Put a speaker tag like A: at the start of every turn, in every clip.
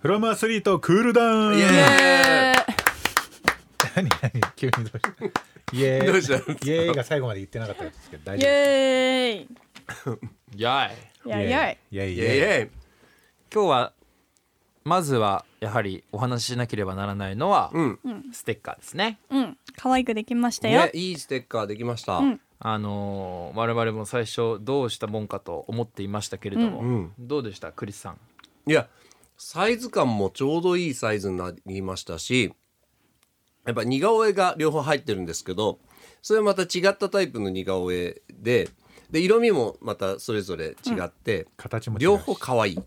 A: フロムアスリートクールダウン
B: イエーイ
A: 何何急にどうしたイエーイ
B: どうしたんですか
A: イエーイが最後まで言ってなかったですけど大
C: イ
A: 丈夫
C: エーイ
D: やい
C: いやいやい
A: イエーイ
B: イ
A: イエーイイエーイ
B: エ
D: 今日はまずはやはりお話ししなければならないのは、
B: ーイうん
D: ステッカーですね
C: うん可愛くできましたよ、
B: ねいいステッカーできました
C: ん
D: あのー我々も最初どうしたもんかと思っていましたけれども、
B: うん
D: どうでしたクリスさん
B: いやサイズ感もちょうどいいサイズになりましたしやっぱ似顔絵が両方入ってるんですけどそれはまた違ったタイプの似顔絵でで色味もまたそれぞれ違って、
A: 形も違うし
B: 両方可愛い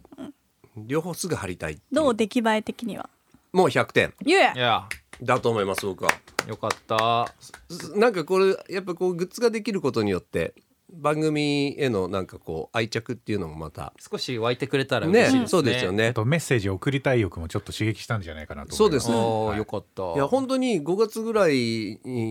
B: 両方すぐ貼りたいっていう
C: どう出来栄え的には
B: もう100点
C: イエ
D: い
C: ーイ
D: や
B: だと思います僕は
D: よかった
B: すなんかこれやっぱこうグッズができることによって番組へのなんかこう愛着っていうのもまた
D: 少し湧いてくれたら嬉
B: ね
D: しいですね
B: そうですよね
A: あとメッセージを送りたい欲もちょっと刺激したんじゃないかなと思います
B: そうです
D: あー
A: はい
D: よかった
B: いや本当に5月ぐら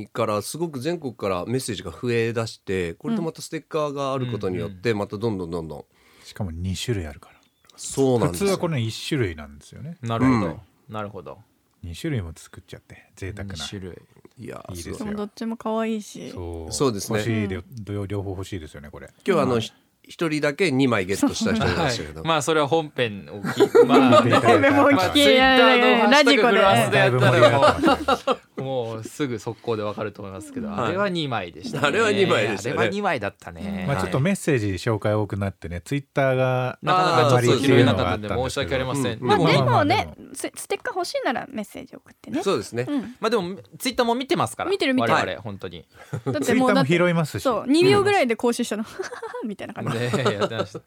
B: いからすごく全国からメッセージが増えだしてこれとまたステッカーがあることによってまたどんどんどんどん
A: しかも2種類あるから
B: そうなん
A: 普
B: です
A: 通
B: よ
A: はこれね1種類なんですよね
D: なるほど、
B: うん
D: なるほど
A: 2種類も作っちゃって贅沢な
D: 2種類
B: いや
A: いいです
B: ご
A: す
C: で
A: よ
C: もどっちも可愛いし
A: そう
B: そうですね
A: 欲しいで両両方欲しいですよねこれ
B: 今日あのひ一人だけ2枚ゲットした人いましたけど、
D: まあそれは本編を 聞きまあ
A: 見ていただいた
C: もう
D: まあ、
C: 聞
D: ツイ
C: け
D: ッターのハッシュタグ
C: ラジコ
D: フ
C: で
D: ランスで
A: だ
D: や
A: い
D: っ
A: ぶ
D: た
A: 盛り上が
D: ら
A: ってました
D: もうもうすぐ速攻でわかると思いますけど、
B: はい
D: あれは2枚でしたね
B: あれは二枚でしたね
D: あれは2枚だったね、
A: まあちょっとメッセージ紹介多くなってねツイッターが
D: なかなかちょっと拾えなかったんで
A: あまり
D: 申し訳ありません、
B: うん
C: まあ
D: でも
C: で
A: まあま
C: も
A: あ
C: ねスステッカー欲しいならメッセージ送ってね
B: そうですね、
C: うん
D: まあでもツイッターも見てますから
C: 見てる見てる
D: 我々本当に、
C: だっ
A: ツイッター
C: だ
A: も
C: って
A: 拾いますし
C: そう2秒ぐらいで更新したの みたいな感じ
D: ね、 やってましただか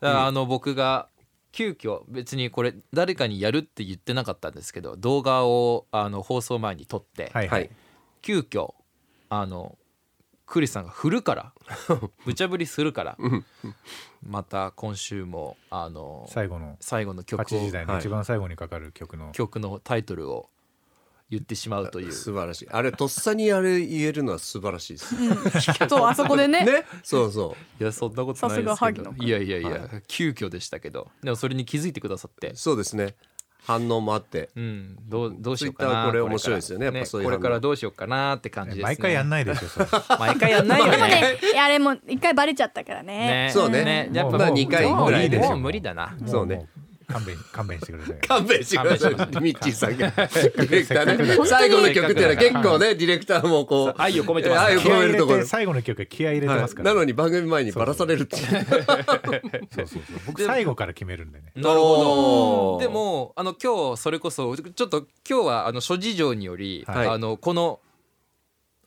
D: らあの僕が急遽別にこれ誰かにやるって言ってなかったんですけど動画をあの放送前に撮って、
A: はい
B: は
A: はいい
D: 急遽あのクリスさんが振るから無茶ぶりするからまた今週もあの
A: 最後の
D: 最後の曲
A: 8
D: を
A: 時台の
B: はい
A: 一番最後にかかる曲の
D: 曲のタイトルを言ってしまうという
B: 素晴らしいあれとっさにあれ言えるのは素晴らしいですね
C: そうあそこ でね
B: そうそ
D: いやそんなことないで
C: さすが
D: す
C: 萩
D: け
C: 野
D: ど
C: 君
D: いやいやいや、
B: は
D: 急遽でしたけどでもそれに気づいてくださって
B: うそうですね反応もあって
D: うんどうどうしようか
B: Twitter
D: な
B: これ
D: から
B: 面白いですよねやっぱそういう
D: こ
B: 反応
D: れからどうしようかなって感じです、ね、
A: 毎回やん
D: ない
A: ないでしょそれ
D: 毎回やんないよ
C: でも
D: ね
C: ねいやあれもう一回バレちゃったからね
B: そうね
D: やっぱ
A: まあ
D: もう
A: 二
B: 回
D: もう
B: ぐらいで
D: もう無理だな
A: も
B: そうね
A: も勘弁 勘弁してください
B: 勘弁してください
D: 勘弁します
B: ミッチーさんがディレクタ
A: せっか
B: ーね
A: く
B: 最後の曲っていうのは結構ねディレクターもこう
D: 愛を込めてますね
B: 愛を
A: 気
B: 込
A: 合
B: め
A: い
B: る
A: 入
B: とこ
A: れ
B: ろ
A: て最後の曲は気合い入れてますか
B: な
A: ら
B: のに番組前にばらされるっていう。
A: そうそうそう僕最後から決めるんでね
D: なる
B: ど
D: ほどで、もあの今日それこそちょっと今日はあの諸事情により、
B: はい
D: あのこの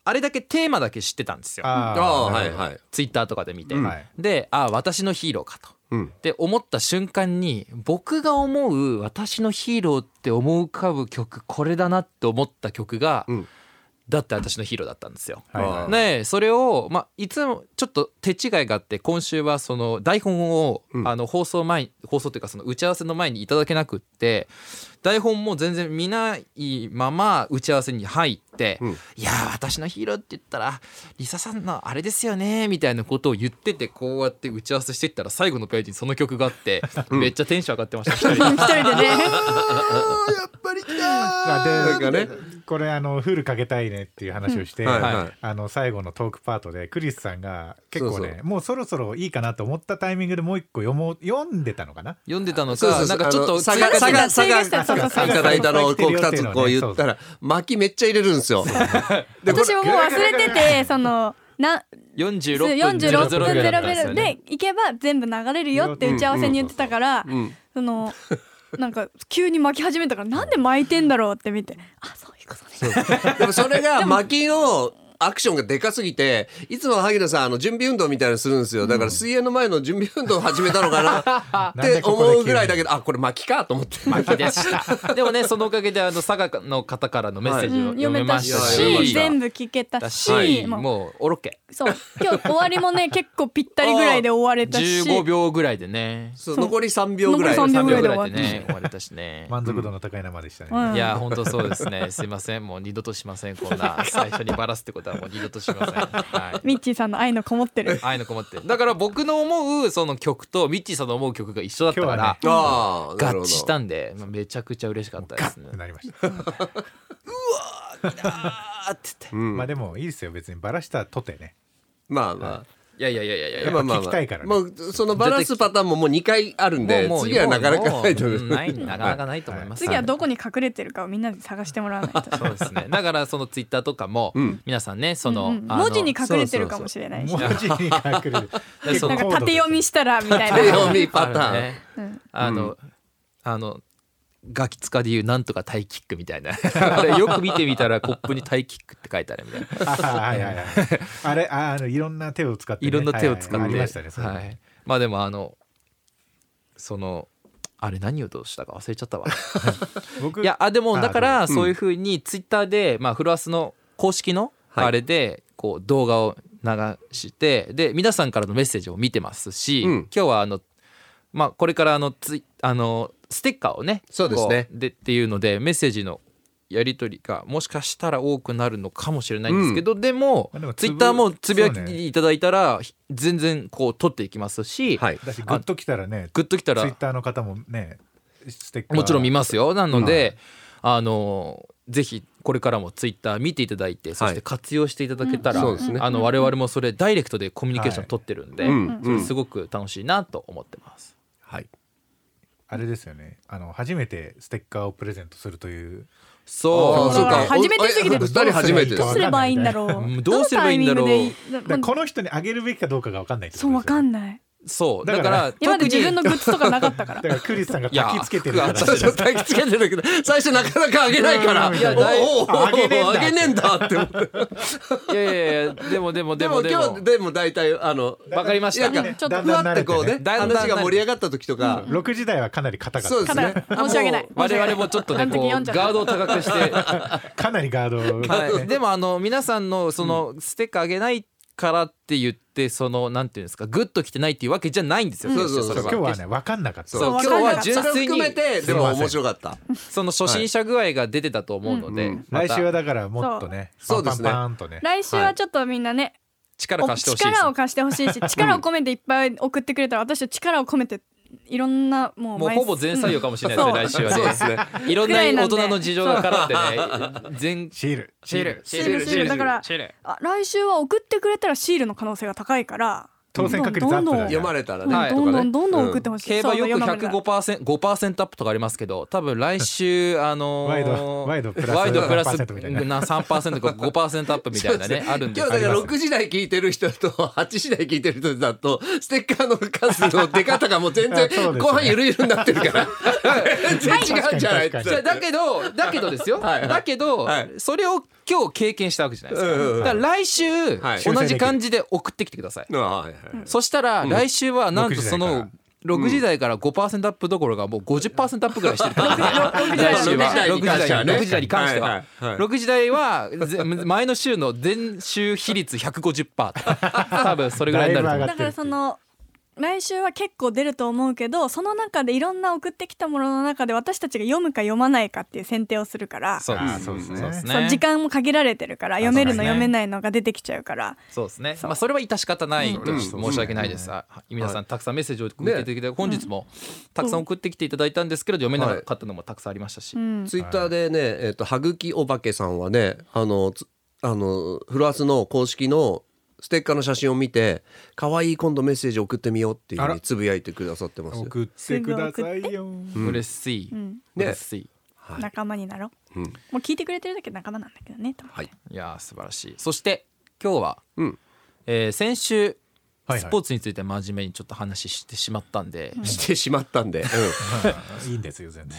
D: あれだけテーマだけ知ってたんですよ
B: あ
A: あな
B: あ、は
A: る
B: い
A: ほど
B: はい。
D: ツイッターとかで見て、
B: うん
A: はい
D: でああ私のヒーローかと。
B: うん。
D: って思った瞬間に僕が思う私のヒーローって思い浮かぶ曲これだなって思った曲が、
B: うん
D: だって私のヒーローだったんですよ。
A: はいはい
B: あー
D: ねえそれを、まあ、いつもちょっと手違いがあって今週はその台本を、
B: うん
D: あの放送前放送というかその打ち合わせの前にいただけなくって台本も全然見ないまま打ち合わせに入って「
B: うん
D: いやー私のヒーローって言ったらリサさんのあれですよね」みたいなことを言っててこうやって打ち合わせしていったら最後のページにその曲があって、めっちゃテンション上がってました一人で
C: 一人でね
B: やっぱり来た
A: あで
B: なんかね。
A: これあのフルかけたいねっていう話をして、
B: はいはい
A: あの最後のトークパートでクリスさんが結構ね
B: そうそ
A: もうそろそろいいかなと思ったタイミングでもう一個読もう読んでたのかな
D: 読んでたの
B: そうそうそ
D: か
B: う
D: なんかちょっ
B: あ
D: と
B: の佐賀
D: 追加
B: 佐賀佐
D: で
B: 賀
C: 追加してそうそう
B: 佐
C: そう
B: 賀いただいたのをこう
A: そうそう
B: 二
A: そう
B: つこう言ったら薪めっちゃ入れるんですよ。
C: 私ももう忘れててそのな
D: 46分
C: 46分
D: 00だったんで
C: 00
D: す
C: で
D: よね。
C: 行けば全部流れるよって打ち合わせに言ってたから
B: うん。
C: そのなんか急に巻き始めたからなんで巻いてんだろうって見てあそういうことね
B: でもそれが薪のアクションがでかすぎていつも萩野さんあの準備運動みたいなのするんですよだから水泳の前の準備運動を始めたのかなっ
A: なん
B: て
A: でここで急に
B: 思うぐらいだけどあこれ薪かと思って
D: でした。でもね、そのおかげで、あの佐賀の方からのメッセージ
C: う
D: を
C: ん
D: 読
C: 読
D: め
C: めた
D: ま
C: し
D: し
B: い
C: た
B: や読めま
D: し。
B: し
C: し全部聞けた
D: だ
C: し
D: し、
C: も
D: もうおろけ。
C: うそう今日終わりも ね結構ぴったりぐらいで終われたし
D: 十五秒ぐらいでね。
B: そう残り3秒ぐらい
C: 残り三
D: 三
C: 秒ぐ
D: 秒ぐ
C: ら
D: ら
C: い
D: い
C: で
D: でね、終われたしね。
A: 満足度の高い生でしたね、
C: うん
D: いや、本当そうですね。すいません、もう二度としません。こんな最初にバラすってこと方はもう二度としません。はい
C: ミッチーさんの愛のこもって る
D: 愛のこもってるだから僕の思うその曲とミッチーさんの思う曲が一緒だったから、
A: 今
B: ああなるほ
D: 合致
B: ど
D: したんで、まあ、めちゃくちゃ嬉しかったですね
A: って。なりました、
D: あーって言って
B: うん
A: ま
B: ま
A: あでもいいですよ別にバラしたとてね
B: あまあ、
D: いやいやいやいやいや
A: やっぱ聞きたいからね
B: まあ、そのバランスパターンももう2回あるんで
D: もうもう
B: 次はなかなかないと思
D: もう ないなかなかないと思います、
C: 次はどこに隠れてるかをみんなで探してもらわないと、
D: そうですねだからそのツイッターとかも、
B: うん
D: 皆さんね その,、
C: うんうん
D: あの
C: 文字に隠れてるかもしれないし
A: 文字に隠れる結構
D: そう
C: なんか縦読みしたらみたいな
B: 縦読みパタ
D: あの
B: ーン
D: ね
C: うん
D: あの,、あのガキ使で言うなんとかタイキックみたいな あれよく見てみたらコップにタイキックって書いてあるみたいな
A: あはいはいはいあれああのいろんな手を使ってね、
D: いろんな手を使っ
A: は
D: て、
A: い
D: は
A: はいいありましたねそれ
D: まあでもあのそのあれ何をどうしたか忘れちゃったわ
A: 僕
D: いやあでも
A: あ
D: だからそういうふうにツイッターで、まあ、フロアスの公式の
B: はい
D: あれでこう動画を流してで皆さんからのメッセージを見てますし、
B: うん
D: 今日はあの、まあ、これからあのツイあのステッカーをね
B: そうですね
D: こでっていうのでメッセージのやり取りがもしかしたら多くなるのかもしれないんですけど、でも
A: まあでもつぶ
D: ツイッターもつぶや
A: そうね
D: きいただいたらひ全然こう取っていきますし、
B: はい
A: だしグッときたらね
D: グッときた
A: ツイ
D: ら
A: ッターの方もねステッカー
D: もちろん見ますよなので、あのぜひこれからもツイッター見ていただいてそして活用していただけたら、
B: うんそうですね
D: あの我々もそれダイレクトでコミュニケーション取ってるんで、
B: うん
D: それすごく楽しいなと思ってます。
B: はい
A: あれですよねあの初めてステッカーをプレゼントするという
D: そ
B: あ
D: う
B: ーそうか
C: 初めてすぎて
B: おえ誰初めて
C: どうすればいいんだろ
D: うん
C: う
D: どうすればいいんだろ
C: の
D: う
C: タイミングでい
A: だからこの人にあげるべきかどうかが分かんないってこ
C: そ
A: と
C: う
A: ですよ
C: わかんない
D: そうだ
A: だ
D: か
A: からら
C: 今まで自
D: 特に
C: 分のグッズとかなかったから
A: だからクリスさんが
D: いや
A: 焚きつけてるか
D: 服
A: ら
D: あ
B: 最初焚きつけて たけど最初なかなか上げないから
A: いや
B: お
D: だい
B: おおお
A: あげねえんだ
B: あげねえんだって思って
D: いやいやいやでもでも
B: で
D: で
B: も
D: もで
B: 今
D: も
B: 日でも大体あの
D: わかりました
B: なん
C: う
B: か
C: んちょっと
A: だん
B: ふ
A: だ
B: わ
A: ん慣
B: っ
A: れ
B: て
A: てね
B: こうね
D: だんだん慣れ
B: 話
D: て
B: が盛り上がった時とか
A: 6時台はかなり硬か
B: そう
A: っ
B: です
C: た
B: ね
C: だ
B: あもう
C: 申し訳ない
D: 我々もちょっと ね
C: あの時
D: こ
C: 読
D: うん
C: じゃった
D: ガードを高くして
A: たかなりガードを
D: はい、 でもあの皆さんのそのステッカーあげないからって言ってそのなんていうんですかグッときてないっていうわけじゃないんですよ。
B: うん
D: 決して
A: そう
D: れ
A: 今日はね分かんなかった
B: そう今
D: そう
B: 日
D: わかんなか
B: は
D: った
B: 純粋に含めて
A: す
B: で
A: いません
B: も面白かった
D: その初心者具合が出てたと思うので、
B: はいうん
D: ま
A: 来
D: た
A: 週はだからもっとね
B: そ
A: パ
B: う
A: ンパンパンとね
C: 来週はちょっとみんなね、
D: 力
C: お
D: 貸してほしいです
C: 力を貸してほしいし力を込めていっぱい送ってくれたら私は力を込めていろんなもう
D: もう
C: 枚
D: ほぼ全採用かもしれないですね、来週はね
B: そうですね
D: いろんな
C: ぐらいな
D: 大
C: んで
D: 人の事情が絡んでね全
A: シール
D: シール
C: シールシールだからあ来週は送ってくれたらシールの可能性が高いから
A: 当選確率アップだ
B: 読ま
A: ね
B: れたら
C: うん
B: ね、
D: はい
C: どんどん
B: とかね
C: どんどん送ってほしい、
D: 競馬よく
C: そう読まれた
D: 105%五パーセントアップとかありますけど多分来週あのー
A: ワイドワイドプラス
D: ワイドプラス
A: 3%みたいな
D: な3%か5%アップみたいなねあるんです
B: 今日だ
D: け
B: か
D: ど
B: ら6時台聞いてる人と8時台 聞いてる人だとステッカーの数の出方がもう全
A: そ
B: 然
A: うですね
B: 後半ゆるゆるになってるから全然違うんじゃな
A: 確かに確
B: い
A: かに
D: じゃあだけどだけどですよ
B: はいはい
D: だけど、
B: はい
D: それを今日経験したわけじゃないで
B: う
D: すか、
B: んうんうん
D: だから来週、
B: はい
D: 同じ感じで送ってきてください、
B: あはいはいはい
D: そしたら来週はなんとその6時台から5%アップどころかもう50%アップぐらいしてると思うんで来週は
B: 6
D: 6
B: 時
D: 時
B: 台
D: 台
B: に関してはね
D: 6時台に関して
B: は
D: はい
B: はいはい
D: 6時台はぜ前の週の前週比率150%とか多分それぐらいになると思
A: だ
D: う
A: いぶ上が
C: だからその来週は結構出ると思うけどその中でいろんな送ってきたものの中で私たちが読むか読まないかっていう選定をするから
D: そう
A: あーそうですね
D: です
C: そう
D: ね
C: 時間も限られてるから読めるの
A: そうですね
C: 読めないのが出てきちゃうから
D: そうですねまあそれは致し方ないと
B: うん
D: 申し訳ないですあ皆さんたくさんメッセージを送っていただいて本日もたくさん送ってきていただいたんですけれど読めなかったのもたくさんありましたし
C: うん
B: ツイッターでね、えっとはぐきおばけさんはねあのつあのフロアスの公式のステッカーの写真を見て可愛い今度メッセージ送ってみようっていうふう
A: あ
B: に
A: ら
B: つぶやいてくださってますよ
A: 送ってくださいよ
D: 嬉しい
C: ん
D: 嬉しい
C: 仲間になろう、
B: うん
C: もう聞いてくれてるだけで仲間なんだけどねと思って
B: はい
D: いやー素晴らしいそして今日は、
B: うん
D: えー先週
A: はいはい
D: スポーツについて真面目にちょっと話してしまったんで、
B: してしまったんで、
A: いいんですよ全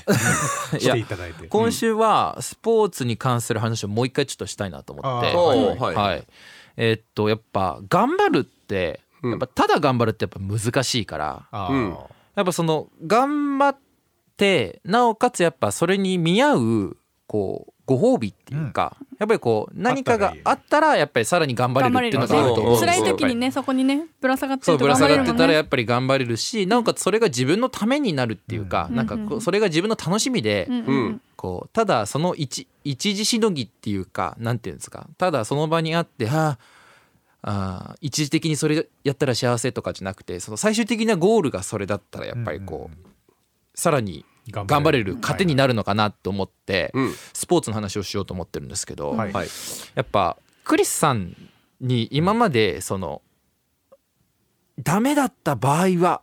A: 然していただいて
D: 今週はスポーツに関する話をもう一回ちょっとしたいなと思って、
A: あ
B: うん、
A: ー
B: おーはい、
D: はい、えーっとやっぱ頑張るって
B: うん
D: やっぱただ頑張るってやっぱ難しいから
A: あ
B: うん
A: ー
D: やっぱその頑張ってなおかつやっぱそれに見合うこうご褒美っていうか、やっぱりこう何かがあったらやっぱりさらに頑張れるっていうのがあると思うんですよ
C: 辛い時にねそこにねぶら下がって
D: そう
C: ると
D: ぶら
C: 頑張
D: 下
C: れる
D: がって
C: もん
D: たらや
C: ね
D: っぱり頑張れるしなおかつそれが自分のためになるっていうか、
C: うん
D: なんか
C: うんう
D: こうんそれが自分の楽しみで、
C: うんうんうん
D: こうただその一一時しのぎっていうかなんていうんですかただその場にあってあーあー一時的にそれやったら幸せとかじゃなくてその最終的なゴールがそれだったらやっぱりこう、さらに
A: 頑
D: 頑張れる糧になるのかなと思って、
B: うん
D: スポーツの話をしようと思ってるんですけど、
A: はい
B: はい
D: やっぱクリスさんに今までそのダメだった場合は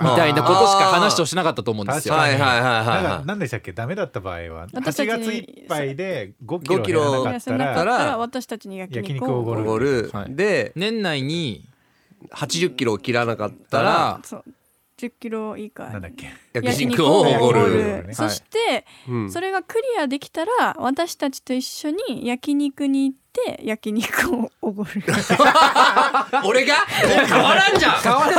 D: みたいなことしか話をしなかったと思うんですよ。
B: はいはいはい
A: なん
B: は
A: か
B: い
A: なんでしたっけダメだった場合は
C: 私た
A: 8
C: ち
A: 月いっぱいで
B: 5
A: 5
B: キ
A: キ
B: ロ
A: ロ減らなかっ
C: 痩せ
A: た
C: なかった
A: ら
C: ら私たちに焼
A: 焼
C: き
A: 肉
C: 肉
A: を
C: を
A: お
C: お
A: ご
C: ご
A: る
C: る
B: ゴー
D: は
B: ル
D: い
B: で
D: 年内に
B: 80キロを切らなかった
D: た
B: ら
D: ら
C: そう10キロ以下
A: なんだっけ
B: 焼肉をおご
A: 焼肉をおご
B: る
A: る
C: そして、
B: うん
C: それがクリアできたら私たちと一緒に焼肉に行って焼肉をおごる
B: 俺が変わらんじゃん
D: 変わらん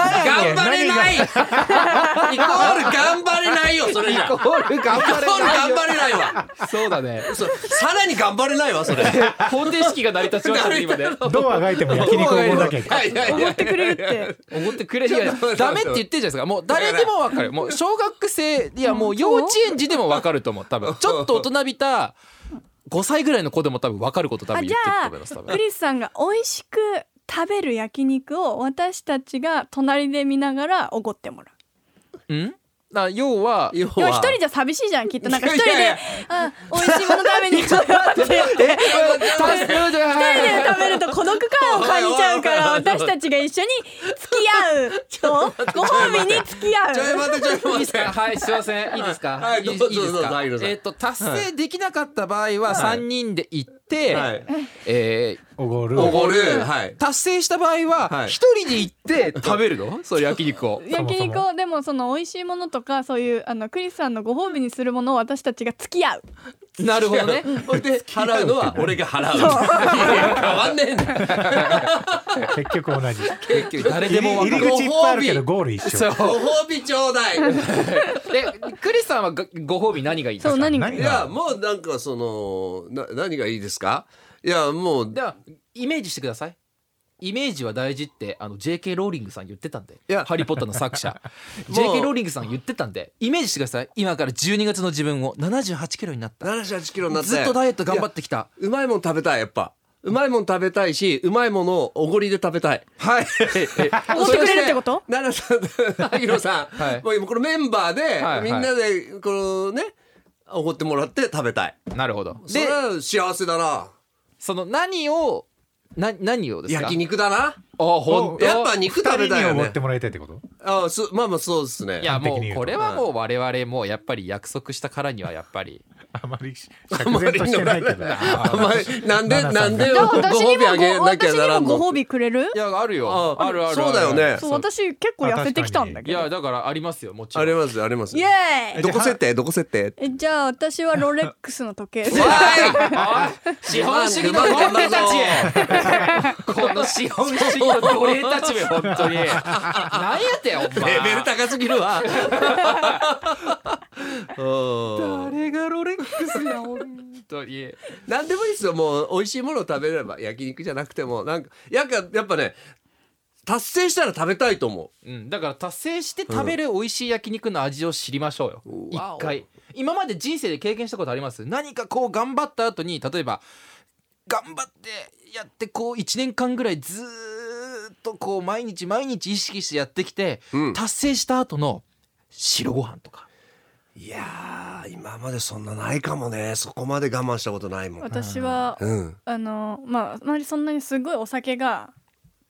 B: 頑
D: よ
B: 張れないイコール頑張れないよそれじゃイコール
D: ゴール
B: 頑
D: 頑
B: 張れないわ
D: そうだね。
B: そさらに頑張れないわそれ
D: 方程式が成り立ちましたね 今ね。
A: どうあがいても焼肉をおごるだけか
B: いやいやい
C: おご
B: や
C: ってくれ るって
D: おごってくれるいやダメって言ってるじゃないですかもう誰でもわかるもう小学生いやもう幼稚園児でもわかると思う多分 ちょっと大人びた5歳ぐらいの子でも多分わかること多
C: あ
D: 分
C: じ
D: 言ってると
C: ゃ
D: 思います多
C: あ
D: 分
C: クリスさんが美味しく食べる焼肉を私たちが隣で見ながらおごってもらう。
D: うんだから要は
B: 要
C: でも一
B: は
C: 人じゃ寂しいじゃんきっとなんか一人
B: いやいや
C: で「あ美味しいもの食べに行こうよ」って言って一人で食べると孤独感を感じちゃうか
B: お
C: ら
B: いおいおいおい
C: 私たちが一緒に付 き合うとご褒美に付き合
B: ちょい待
C: う
B: ってちょい
D: いい
B: 待
D: で
B: っ
D: す
B: て
D: かはいすいませんいいですか
B: はい
D: いいい
B: どうぞ
D: いです
B: どうぞ
D: か
B: はいどうぞ
D: えっと達成できなかった場合は3人で行って
B: はい
D: えー
A: おごる
B: おごるはい
D: 達成した場合
B: は
D: はい一人で行って食べるのそう焼 肉
A: も
D: を
C: 焼肉をでもその美味しいものとかそういうあのクリスさんのご褒美にするものを私たちが付き合う
D: なるほど ね
B: ほいで払うのは俺が払ういや変わんねえんだよ
A: 結局同じ
D: 結局誰でもわ
A: 入
D: かる
A: り口いっぱいあるけどゴール一
D: そ
A: 緒
D: う
B: ご褒美ちょうだい
D: でクリスさんはがご褒美何がいいですか
C: そう何が
A: 何
B: いやもうなんかそのな何がいいですかいやもう
D: ではイメージしてくださいイメージは大事ってあの JK ローリングさん言ってたんで「
B: いや
D: ハリー・ポッター」の作者
B: もう
D: JK ローリングさん言ってたんでイメージしてください今から12月の自分を7 8キロになった
B: 78キロになって
D: ずっとダイエット頑張ってきた
B: うまいもん食べたいやっぱうまいもん食べたいしうまいものをおごりで食べたいはい
C: おごってくれるってこと
B: 奈々さん萩野さん、
D: はい
B: もう今このメンバーで、
D: はい
B: みんなでこのねおごってもらって食べたい
D: なるほど
B: それ
D: で
B: は幸せだな
D: その何をな何をですか
B: 焼肉だな
D: あ本当
B: やっぱ肉食べたいよ
A: おご
B: ね
A: ってもらいたいってこと
B: あすまあまあそうですね
D: いやも
A: 端的に言
D: う
A: うと
D: これはもう我々もうやっぱり約束したからにはやっぱり
A: あまり釈然としてないけど
B: あんまりなんでなんで
C: じゃあ
B: ご褒
C: 私に
B: 美あげ
C: もご
B: なきゃ
C: 私
B: なら
C: に
B: ん
C: もご褒
B: の
C: 美くれる
D: いやあるよあるある
B: そうだよね
C: そう私結構痩せてきたんだ
D: い
C: けど
D: やだからありますよもちろ
B: あ
D: ん
B: りますあります
C: イエーイ
B: どこ設定どこ設 定
C: えじゃあ私はロレックスの時計
D: 資本主義の奴隷たち この資本主義の奴隷たちめ本当 に何やってんお前
B: レベル高すぎる わ。うん
D: 誰がロレックスや本当に
B: 何でもいいですよ。もう美味しいものを食べれば焼肉じゃなくてもなんかやっぱやっぱね達成したら食べたいと思
D: うんだから達成して食べる美味しい焼肉の味を知りましょうよ
B: うわお
D: 一回今まで人生で経験したことあります何かこう頑張った後に例えば頑張ってやってこう1年間ぐらいずーっとこう毎日毎日意識してやってきて、
B: うん
D: 達成した後の白ご飯とか
B: う。いやー今までそんなないかもね。そこまで我慢したことないもん。
C: 私は
B: うん。
C: あのまああまりそんなにすごいお酒が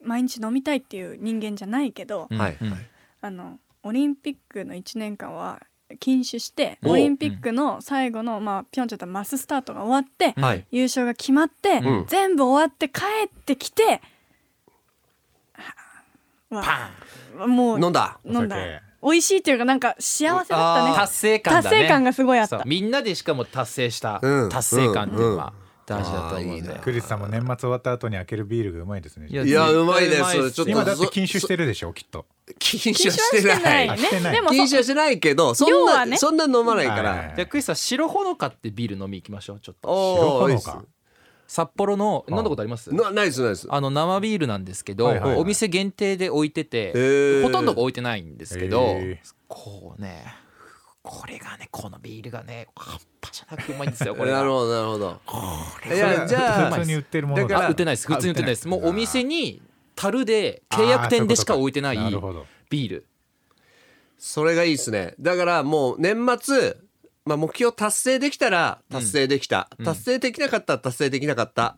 C: 毎日飲みたいっていう人間じゃないけど、
B: はい
D: うん
C: あのオリンピックの1年間は禁酒して
B: お
C: オリンピックの最後の、まあ、ピョンチャンとマススタートが終わって、
B: はい
C: 優勝が決まって、
B: うん
C: 全部終わって帰ってきて、はわもう
B: 飲んだ。
C: 飲んだ
A: お酒
C: 美味しいというかなんか幸せだったね
D: 達成感だね
C: 達成感がすごいあった
D: そうみんなでしかも達成した
B: うん
D: 達成感っていうのは大事だと思う
B: あーいい
D: んで、
B: ね
A: クリスさんも年末終わった後に開けるビールがうまいですね
B: いやうまいです
D: 絶対っすよ
B: ちょ
A: 今だって禁酒してるでしょきっと
B: 禁酒
C: 禁酒はしてない
A: あ
C: ね
A: してない
C: でもそ
B: 禁酒はしてないけどそん
C: 量
B: な、
C: はね
B: そんな飲まないか
A: はい
B: ら。
D: じゃあクリスさん白ほのかってビール飲み行きましょうちょっと
B: おお。いいっす
A: 白ほの
D: 札幌の飲んだことあります
B: なないですないです。
D: あの生ビールなんですけど、
A: はいはいはい
D: お店限定で置いてて、
B: ー
D: ほとんど置いてないんですけど、
A: へー
D: こうねこれがねこのビールがね半端じゃなくうまいんですよこ
B: こ
D: れ
B: れ
D: が
B: なるほどなるほどい
A: それ
B: や
A: は
B: じゃ
A: 普
B: あ
A: 通に売ってるもの
B: だから
D: あ売ってないです普通に売ってないですもうお店
A: に
D: に樽で契約店でしか置いてない
A: なるほど
D: ビール
B: それがいいですねだからもう年末、まあ、目標達成できたら達成できた、達成できなかったら達成できなかった、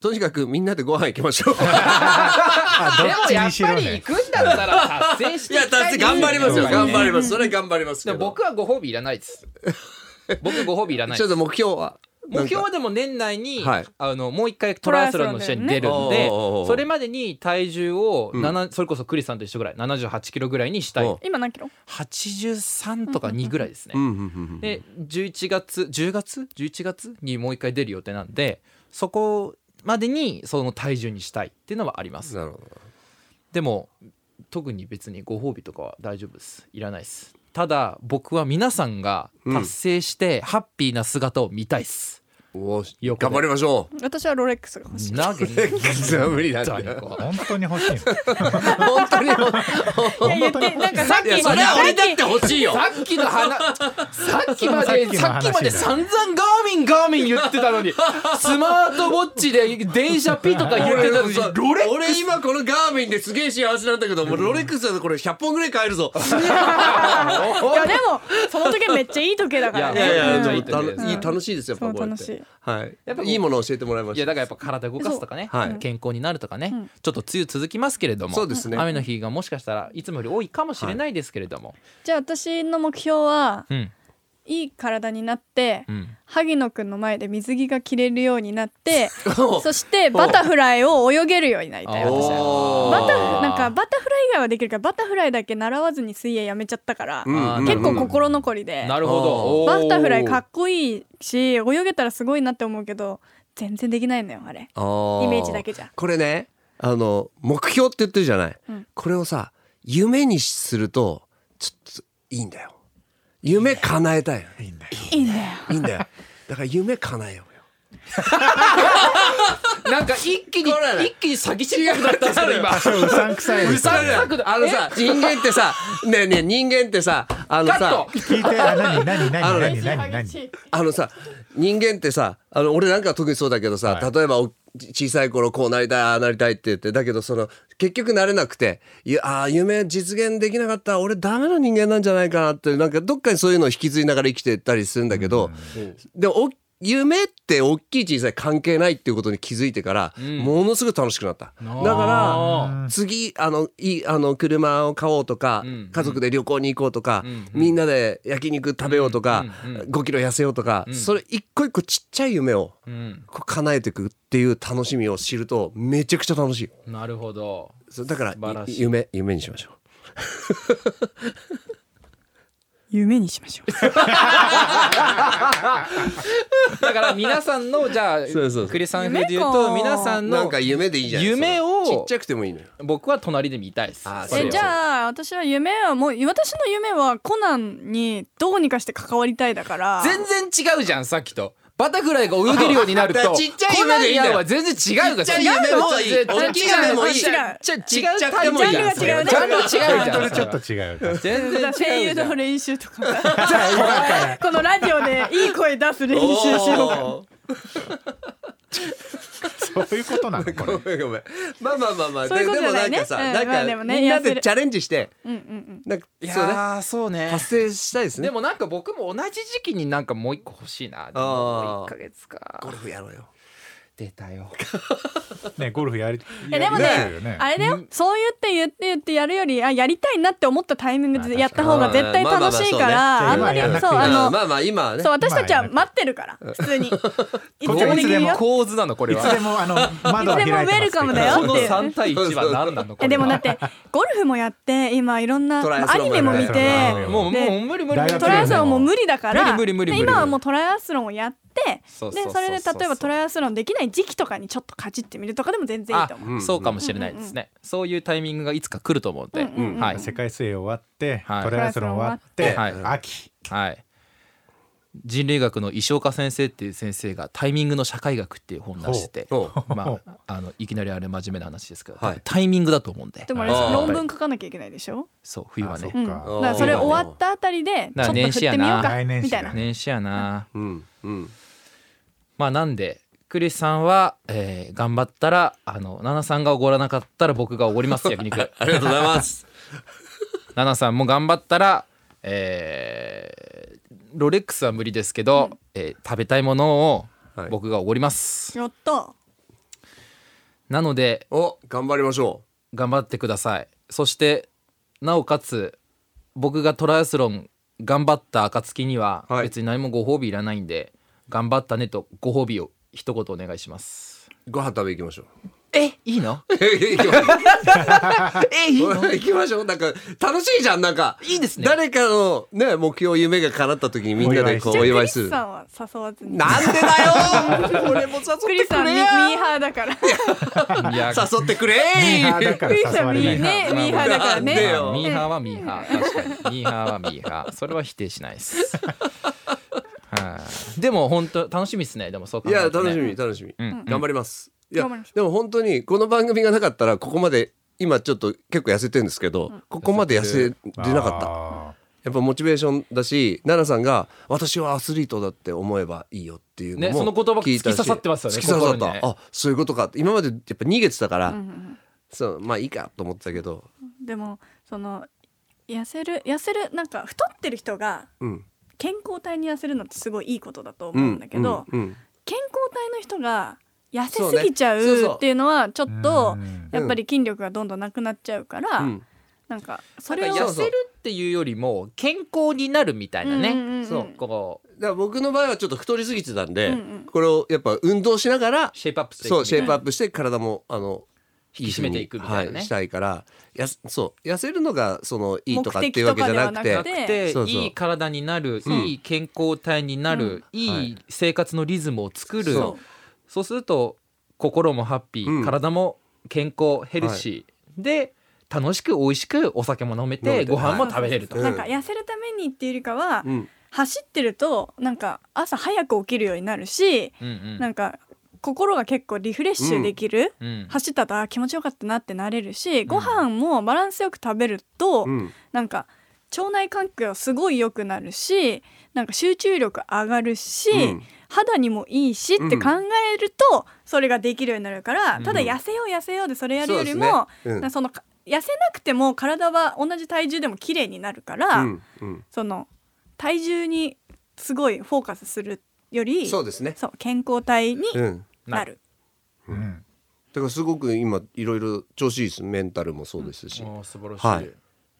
B: とにかくみんなでご飯行きましょう
A: あどっちにしろ
D: でもやっ
A: ね
D: ぱり行くんだったら達成し
B: い
D: てい
B: や
D: きた
B: 達成
D: い
B: 頑張りますよ
A: そうだ
B: 頑
A: ね
B: 張りますそれ頑張りますけ
D: でも
B: ど
D: 僕はご褒美いらないです僕ご褒美いらな
B: ち
D: いで
B: ょっ
D: す
B: と目標は
D: 目標はでも年内に、
B: はい
D: あのもう一回トライアスロンの試合に出るん
B: トライア
D: で
B: スロンだよねおうおうおう
D: それまでに体重を、七それこそクリスさんと一緒ぐらい7 8キロぐらいにした
B: お
D: いう
C: 今何キロ
D: 83とか2ぐらいですね、
B: うんうんうん
D: で11月10月11月にもう一回出る予定なんでそこまでにその体重にしたいっていうのはありま
B: うん
D: す
B: なるほど
D: でも特に別にご褒美とかは大丈夫ですいらないですただ僕は皆さんが達成してハッピーな姿を見たいっす、
B: おー
D: 横で
B: 頑張りましょ う
C: 私はロレックスが欲しい
D: なわけない
B: 無理なんだ
D: だねこう
A: 本当に欲しいの
B: 本当に
C: いや言ってなんかさっ
B: いや
C: き
B: それは俺だ
C: さっ
B: っ
C: き
B: て欲しいよ
D: さっきの 話さっきま
A: さっきの話
D: でさっきまで散々ガーミンガーミン言ってたの にスマートウォッチで電車ピとか言ってたのに
B: そう
D: ロレッ
B: 俺今このガーミンですげえ幸せなんだけどもうロレックスだとこれ100本ぐらい買えるぞ
C: いやでもその時計めっちゃいい時計だから
D: いやいやいや
C: ね
D: ち
B: で
D: ょ
C: うん
D: っい
B: も楽
D: いと思います
B: いい楽しいですよやっぱ
C: そ
B: こうや
C: う
B: っ
C: 楽してい
B: はい
D: やっぱ
B: いいものを教えてもらいま
D: い
B: し
D: や
B: た
D: だからやっぱ体動かすとかね、
B: そうはい
D: 健康になるとかね、
C: うん
D: ちょっと梅雨続きますけれども
B: そうですね
D: 雨の日がもしかしたらいつもより多いかもしれないですけれども、
C: じゃあ私の目標は
D: うん
C: いい体になって
D: うん
C: 萩野くんの前で水着が着れるようになって
B: おう
C: そしてバタフライを泳げるようになりたい私は
B: おー
C: バタフなんかバタフライ以外はできるからバタフライだけ習わずに水泳やめちゃったから
B: うんうんうん
C: 結構心残りで
D: なるほど
C: バタフライか
D: っ
C: っこいいし泳げたらすごいなって思うけど全然できないのよあれ
B: あー
C: イメージだけじゃ
B: これねあの目標って言ってるじゃない、
C: うん
B: これをさ夢にするとちょっといいんだよ夢叶えたいの
A: いいんだよ
C: いいんだよ
B: いいんだよだから夢叶えようよ
D: なんか一気に
B: これね
D: 一気に詐欺師役だったんですけど今
A: そううさんくさいです
D: うさんくさく
B: あのさ人間ってさねえねえ人間ってさあの
D: カッ
B: さ
D: ト
A: 聞いてあ何何何
B: あのね
A: 何何何
B: あのさ人間ってさあの俺なんか特にそうだけどさ、
A: はい
B: 例えばお小さい頃こうなりたいああなりたいって言ってだけどその結局なれなくていやああ夢実現できなかったら俺ダメな人間なんじゃないかなってなんかどっかにそういうのを引き継いながら生きてたりするんだけど、でもお夢って大きい小さい関係ないっていうことに気づいてから、
D: ん
B: ものすごく楽しくなった。だから
D: あ
B: 次あのいいあの車を買おうとか、
D: うん
B: 家族で旅行に行こうとか、
D: うん
B: みんなで焼肉食べようとか、
D: うんうん
B: 5キロ痩せようとか、
D: うん
B: それ一個一個ちっちゃい夢を
D: ーうん
B: こう叶えていくっていう楽しみを知るとめちゃくちゃ楽しいよ
D: なるほど
B: そうだから
D: 素晴らしい
B: い夢夢にしましょ
C: 夢にしま しょう
D: だから皆さんのじゃあ
B: そうそう
D: クリさん風で言うと
C: 夢か
D: 皆さ
B: うんな
D: の
B: んか夢でいいじゃん
D: 夢を
B: ちっちゃくてもいいのよ
D: 僕は隣で見たいです
B: あー
D: それ
B: そう
D: は
C: えじゃあ私は夢はもう私の夢はコナンにどうにかして関わりたいだから
D: 全然違うじゃんさっきとバタフライが泳げるようになると
B: ちっちゃい夢でいいんだよ
D: コナンに合うは全然違うか
B: ちっ
D: ら
B: ちゃい夢もいい
D: 違う
B: 大きい夢もいい
D: 違う違う違う
B: ちっちゃくてもいい
D: ジャンル
C: ジャンルが違うね
D: ジャンル違うじゃん
A: それちょっと違うよ
D: 全然違うじゃん
C: 声優の練習とかこのラジオでいい声出す練習しようか
B: おー
A: そういうことなのこれ
B: ごめんごめんまあまあまあまあ
C: そういう
B: で
C: こ
B: で
C: と
B: も
C: だ
B: な
C: よ
B: ん
C: ね
B: かさ、
C: うん
B: なんか、
C: まあでもね
B: みんなで
C: 痩せる
B: チャレンジして
C: うんうん
B: なんか
D: いや
B: そうね
D: ーそうね
B: 達成したいですね
D: でもなんか僕も同じ時期になんかもう一個欲しいなでももう1ヶ月
B: ゴ
D: か
B: ルフやろうよ
D: 出たよ
A: ねゴルフやり
C: うんいやでもね
A: やりたいよね
C: あれだよそう言って言って言ってやるよりあやりたいなって思ったタイミングでやった方が絶対楽しいか
A: ま
C: ら
A: あ
C: あん
A: まあまあそうね
C: まり
A: じ
C: そ
A: ゃ
C: う
A: あ
B: まあ
C: あの
B: まあまあ今はね
C: そう私たちは待ってるから普通にいつ
A: こっちはい
C: で
A: つ
C: も
A: で
C: いるよ
A: も
D: 構図なのこれ
A: い
D: は
A: つでもあの窓は開いてます
C: いつでもウェルカムだよ
D: この3対1は何なのこ
C: え
D: れ
C: で
D: は
C: もだってゴルフもやって今いろんな
B: トライア
C: ア
B: スロン
C: ニ
B: も
C: メも見
A: トライア
C: て
A: スロン
D: もうも
C: で
D: う無理無理無
A: 大
D: 理
A: 学
C: トライアスロンも無理だから
D: 無理無理無理無理
C: で今はもうトライアスロンをやって
D: そうそう
C: で
D: そう
C: それで例えばトラ
D: イ
C: イアスロンできない時期とかにちょっとかじってみるとかでも全然いいと思う。
B: う
D: あ
B: ん
D: そうかもしれないですねそういうタイミングがいつか来ると思うので
C: うんうんうん
D: はい
A: 世界水泳終わって
D: はい
A: トライアスロン終わって
D: はい
A: 秋
D: はい人類学の石岡先生っていう先生が「タイミングの社会学」っていう本出してて、
B: ほう
D: まあ、あのいきなりあれ真面目な話ですけど、
B: はい
D: タイミングだと思うんで
C: でもあれです
B: あー
C: 論文書かなきゃいけないでしょ、
D: そう冬は
A: あ
D: ね
A: そ
C: うん、だ
A: っか
C: からそれ終わったあたりでちょ
D: だ
C: っ
D: か
C: と振
D: ら年
C: っ
D: 始や
C: てみよう
D: な
C: か
A: 来年始
C: みたい
A: だ
C: な、
D: 年始やな
B: うんうん
D: まあなんでクリスさんは、えー頑張ったらあの奈々さんがおごらなかったら僕がおごります焼肉奈
B: ありがとうございます
D: 々さんも頑張ったらえーロレックスは無理ですけど、えー食べたいものを
B: はい
D: 僕がおごります、
C: やった
D: なので
B: お頑張りましょ
D: 頑張ってくださいそしてなおかつ僕がトライアスロン頑張った暁には
B: はい
D: 別に何もご褒美いらないんで、頑張ったねとご褒美を一言お願いします
B: うご飯食べ行きまし ょう
D: えい いの
B: 行きましょ
D: えいいうの
B: 行きましょうなんか楽しいじゃんなんか
D: いいですね
B: 誰かのね目標夢が叶った時にみんなでこうお
A: お
B: 祝い
C: じ
B: す
C: ゃあクリス
B: るな
C: さ
B: ん
C: は誘わずに
B: んでだ よ俺も誘っ
C: クリ
B: て
C: スさ
B: く
C: んミ
B: れ
C: ミー
B: や
C: ハーだから
D: いや
B: 誘ってくれ
A: ミーハーだか
C: クリス
A: ら誘
C: さ
A: わ
C: ん
A: れ
C: ミ
A: な
C: ー
A: い。
C: ねミーハーだか
B: な
C: らね
B: んでよ
D: ミーハーはミーハー確かにミーハーはミーハーそれは否定しない ですはいでも本当楽しみですねでもそう考
B: い
D: え
B: や
D: ると
B: 楽
D: ね
B: しみ楽しみ、
D: ん
B: 頑張りますいや
C: 頑張ります
B: でも本当にこの番組がなかったらここまで今ちょっと結構痩せてるんですけど、ここまで痩せれなかった
A: あ
B: やっぱモチベーションだし奈々さんが「私はアスリートだって思えばいいよ」っていうのも
D: ねその言葉
B: 聞いたし
D: 突き刺さってますよね
B: 突き刺さっ
D: 心
B: た、
D: にね
B: あそういうことかって今までやっぱ逃げてたから、
C: うんうん
B: そうまあいいかと思ってたけど
C: うんでもその痩せる痩せるなんか太ってる人が
B: うん
C: 健康体に痩せるのってすごいいいことだと思うんだけど、
B: うんうん
C: 健康体の人が痩せすぎち
B: そう
C: ゃ
B: ねそうそうう
C: っていうのはちょっ
A: う
C: と
A: ん
C: やっぱり筋力がどんどんなくなっちゃうから、
B: うんうん
C: なんかそ
D: そ
C: れ
D: れ
C: を
D: を痩せるっていうよりも健康になるみたいなね、
C: うんうんうんうん
D: そうこう
B: だから僕の場合はちょっと太りすぎてたんで、
C: うんうん
B: これをやっぱ運動しながら
D: シェイプアップしていく
B: そうシェイプア
D: ッ
B: ップして体もあの
D: 引き締めていくみたいなね
B: はしたいからやすそう痩せるのがそのいいとかっていうわけ
C: 目的と
B: じ
C: か
B: ゃ
C: では
B: な
C: な
B: く
C: く
B: て
C: て
D: で
B: そうそう
D: いい体になる、
B: うん
D: いい健康体になる、
C: う
D: いい生活のリズムを作る、
B: そ
D: そうすると心もハッピー、
B: うん
D: 体も健康ヘルシー、で楽しく美味しくお酒も飲めて
B: 飲めて
D: ご飯も食べれると、
B: はい
C: なんか痩せるためにっていうよりかは、
B: うん
C: 走ってるとなんか朝早く起きるようになるし、
D: うんうん
C: なんか心が結構リフレッシュできる、
D: うん
C: 走ったとあー気持ちよかったなってなれるし、ご飯もバランスよく食べると、
B: うん
C: なんか腸内環境がすごい良くなるしなんか集中力上がるし、
B: うん
C: 肌にもいいしって考えるとそれができるようになるから、
D: うん
C: ただ痩せよう痩せようでそれやるよりも、
B: そうですねうん
C: なそのか痩せなくても体は同じ体重でも綺麗になるから、
B: うんうん
C: その体重にすごいフォーカスするより
B: そうですね
C: そう健康体に
B: うん
C: なる。
A: うん
B: だからすごく今いろいろ調子いいですメンタルもそうですし、
D: おー素晴らしい、
B: はい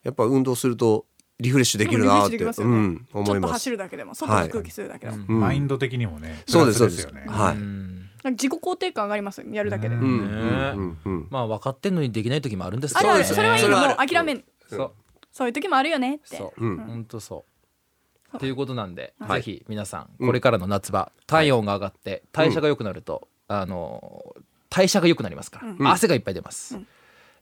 B: やっぱ運動するとリフレッシュできるなーって、
C: でもリフレッシュできます
B: う
C: よね
B: ん、
C: ち
B: 思
C: ょ
B: い
C: っと
B: ます
C: 走るだけでも外の空気吸うだけでも、
D: うん
B: うん
A: マインド的にもね。
B: そうです
A: プラスよね
B: そうですはい
D: うん
C: なんか自己肯定感上がりますやるだけで、
A: うん
B: うんう
D: ね
B: んうんうん
D: まあ分かってんのにできない時もあるんです
C: あ
D: け
C: る
D: ど
C: あ
B: そうですね
C: るそれはいい
B: そ
C: の
B: れはあ
C: も
B: る
C: う諦めん
D: そう
C: そういう時もあるよねって
D: そう、
B: うん
D: 本当そう。ということなんで、
B: はい
D: ぜひ皆さん
B: うん
D: これからの夏場、体温が上がって代謝が良くなると、あの代謝が良くなりますから、
C: うん
D: 汗がいっぱい出ます、
C: うん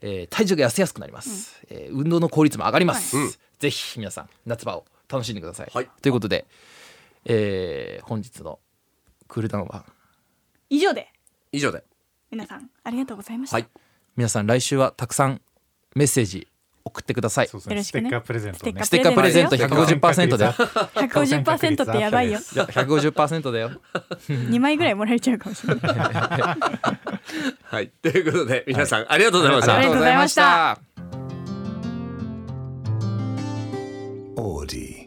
D: えー体重が痩せやすくなります、えー運動の効率も上がります、
B: はいうん
D: ぜひ皆さん夏場を楽しんでください、
B: はい
D: ということで、えー本日のクールダウンは
C: 以上で
B: 以上で
C: 皆さんありがとうございました、
B: はい
D: 皆さん来週はたくさんメッセージ送ってください
A: そう
D: ス
A: ですね。
C: よろ
A: ス
C: し
A: テ
C: くね
A: ッカープレゼントね。
D: テッカープレゼント150%だよ
C: 150%ってやば いよ
D: いや150%だよ
C: 2枚ぐらいもらえちゃうかもしれない
B: はいということで皆さんありがとうございました、
C: ありがとうございました
D: ありがとうございました
B: オーディ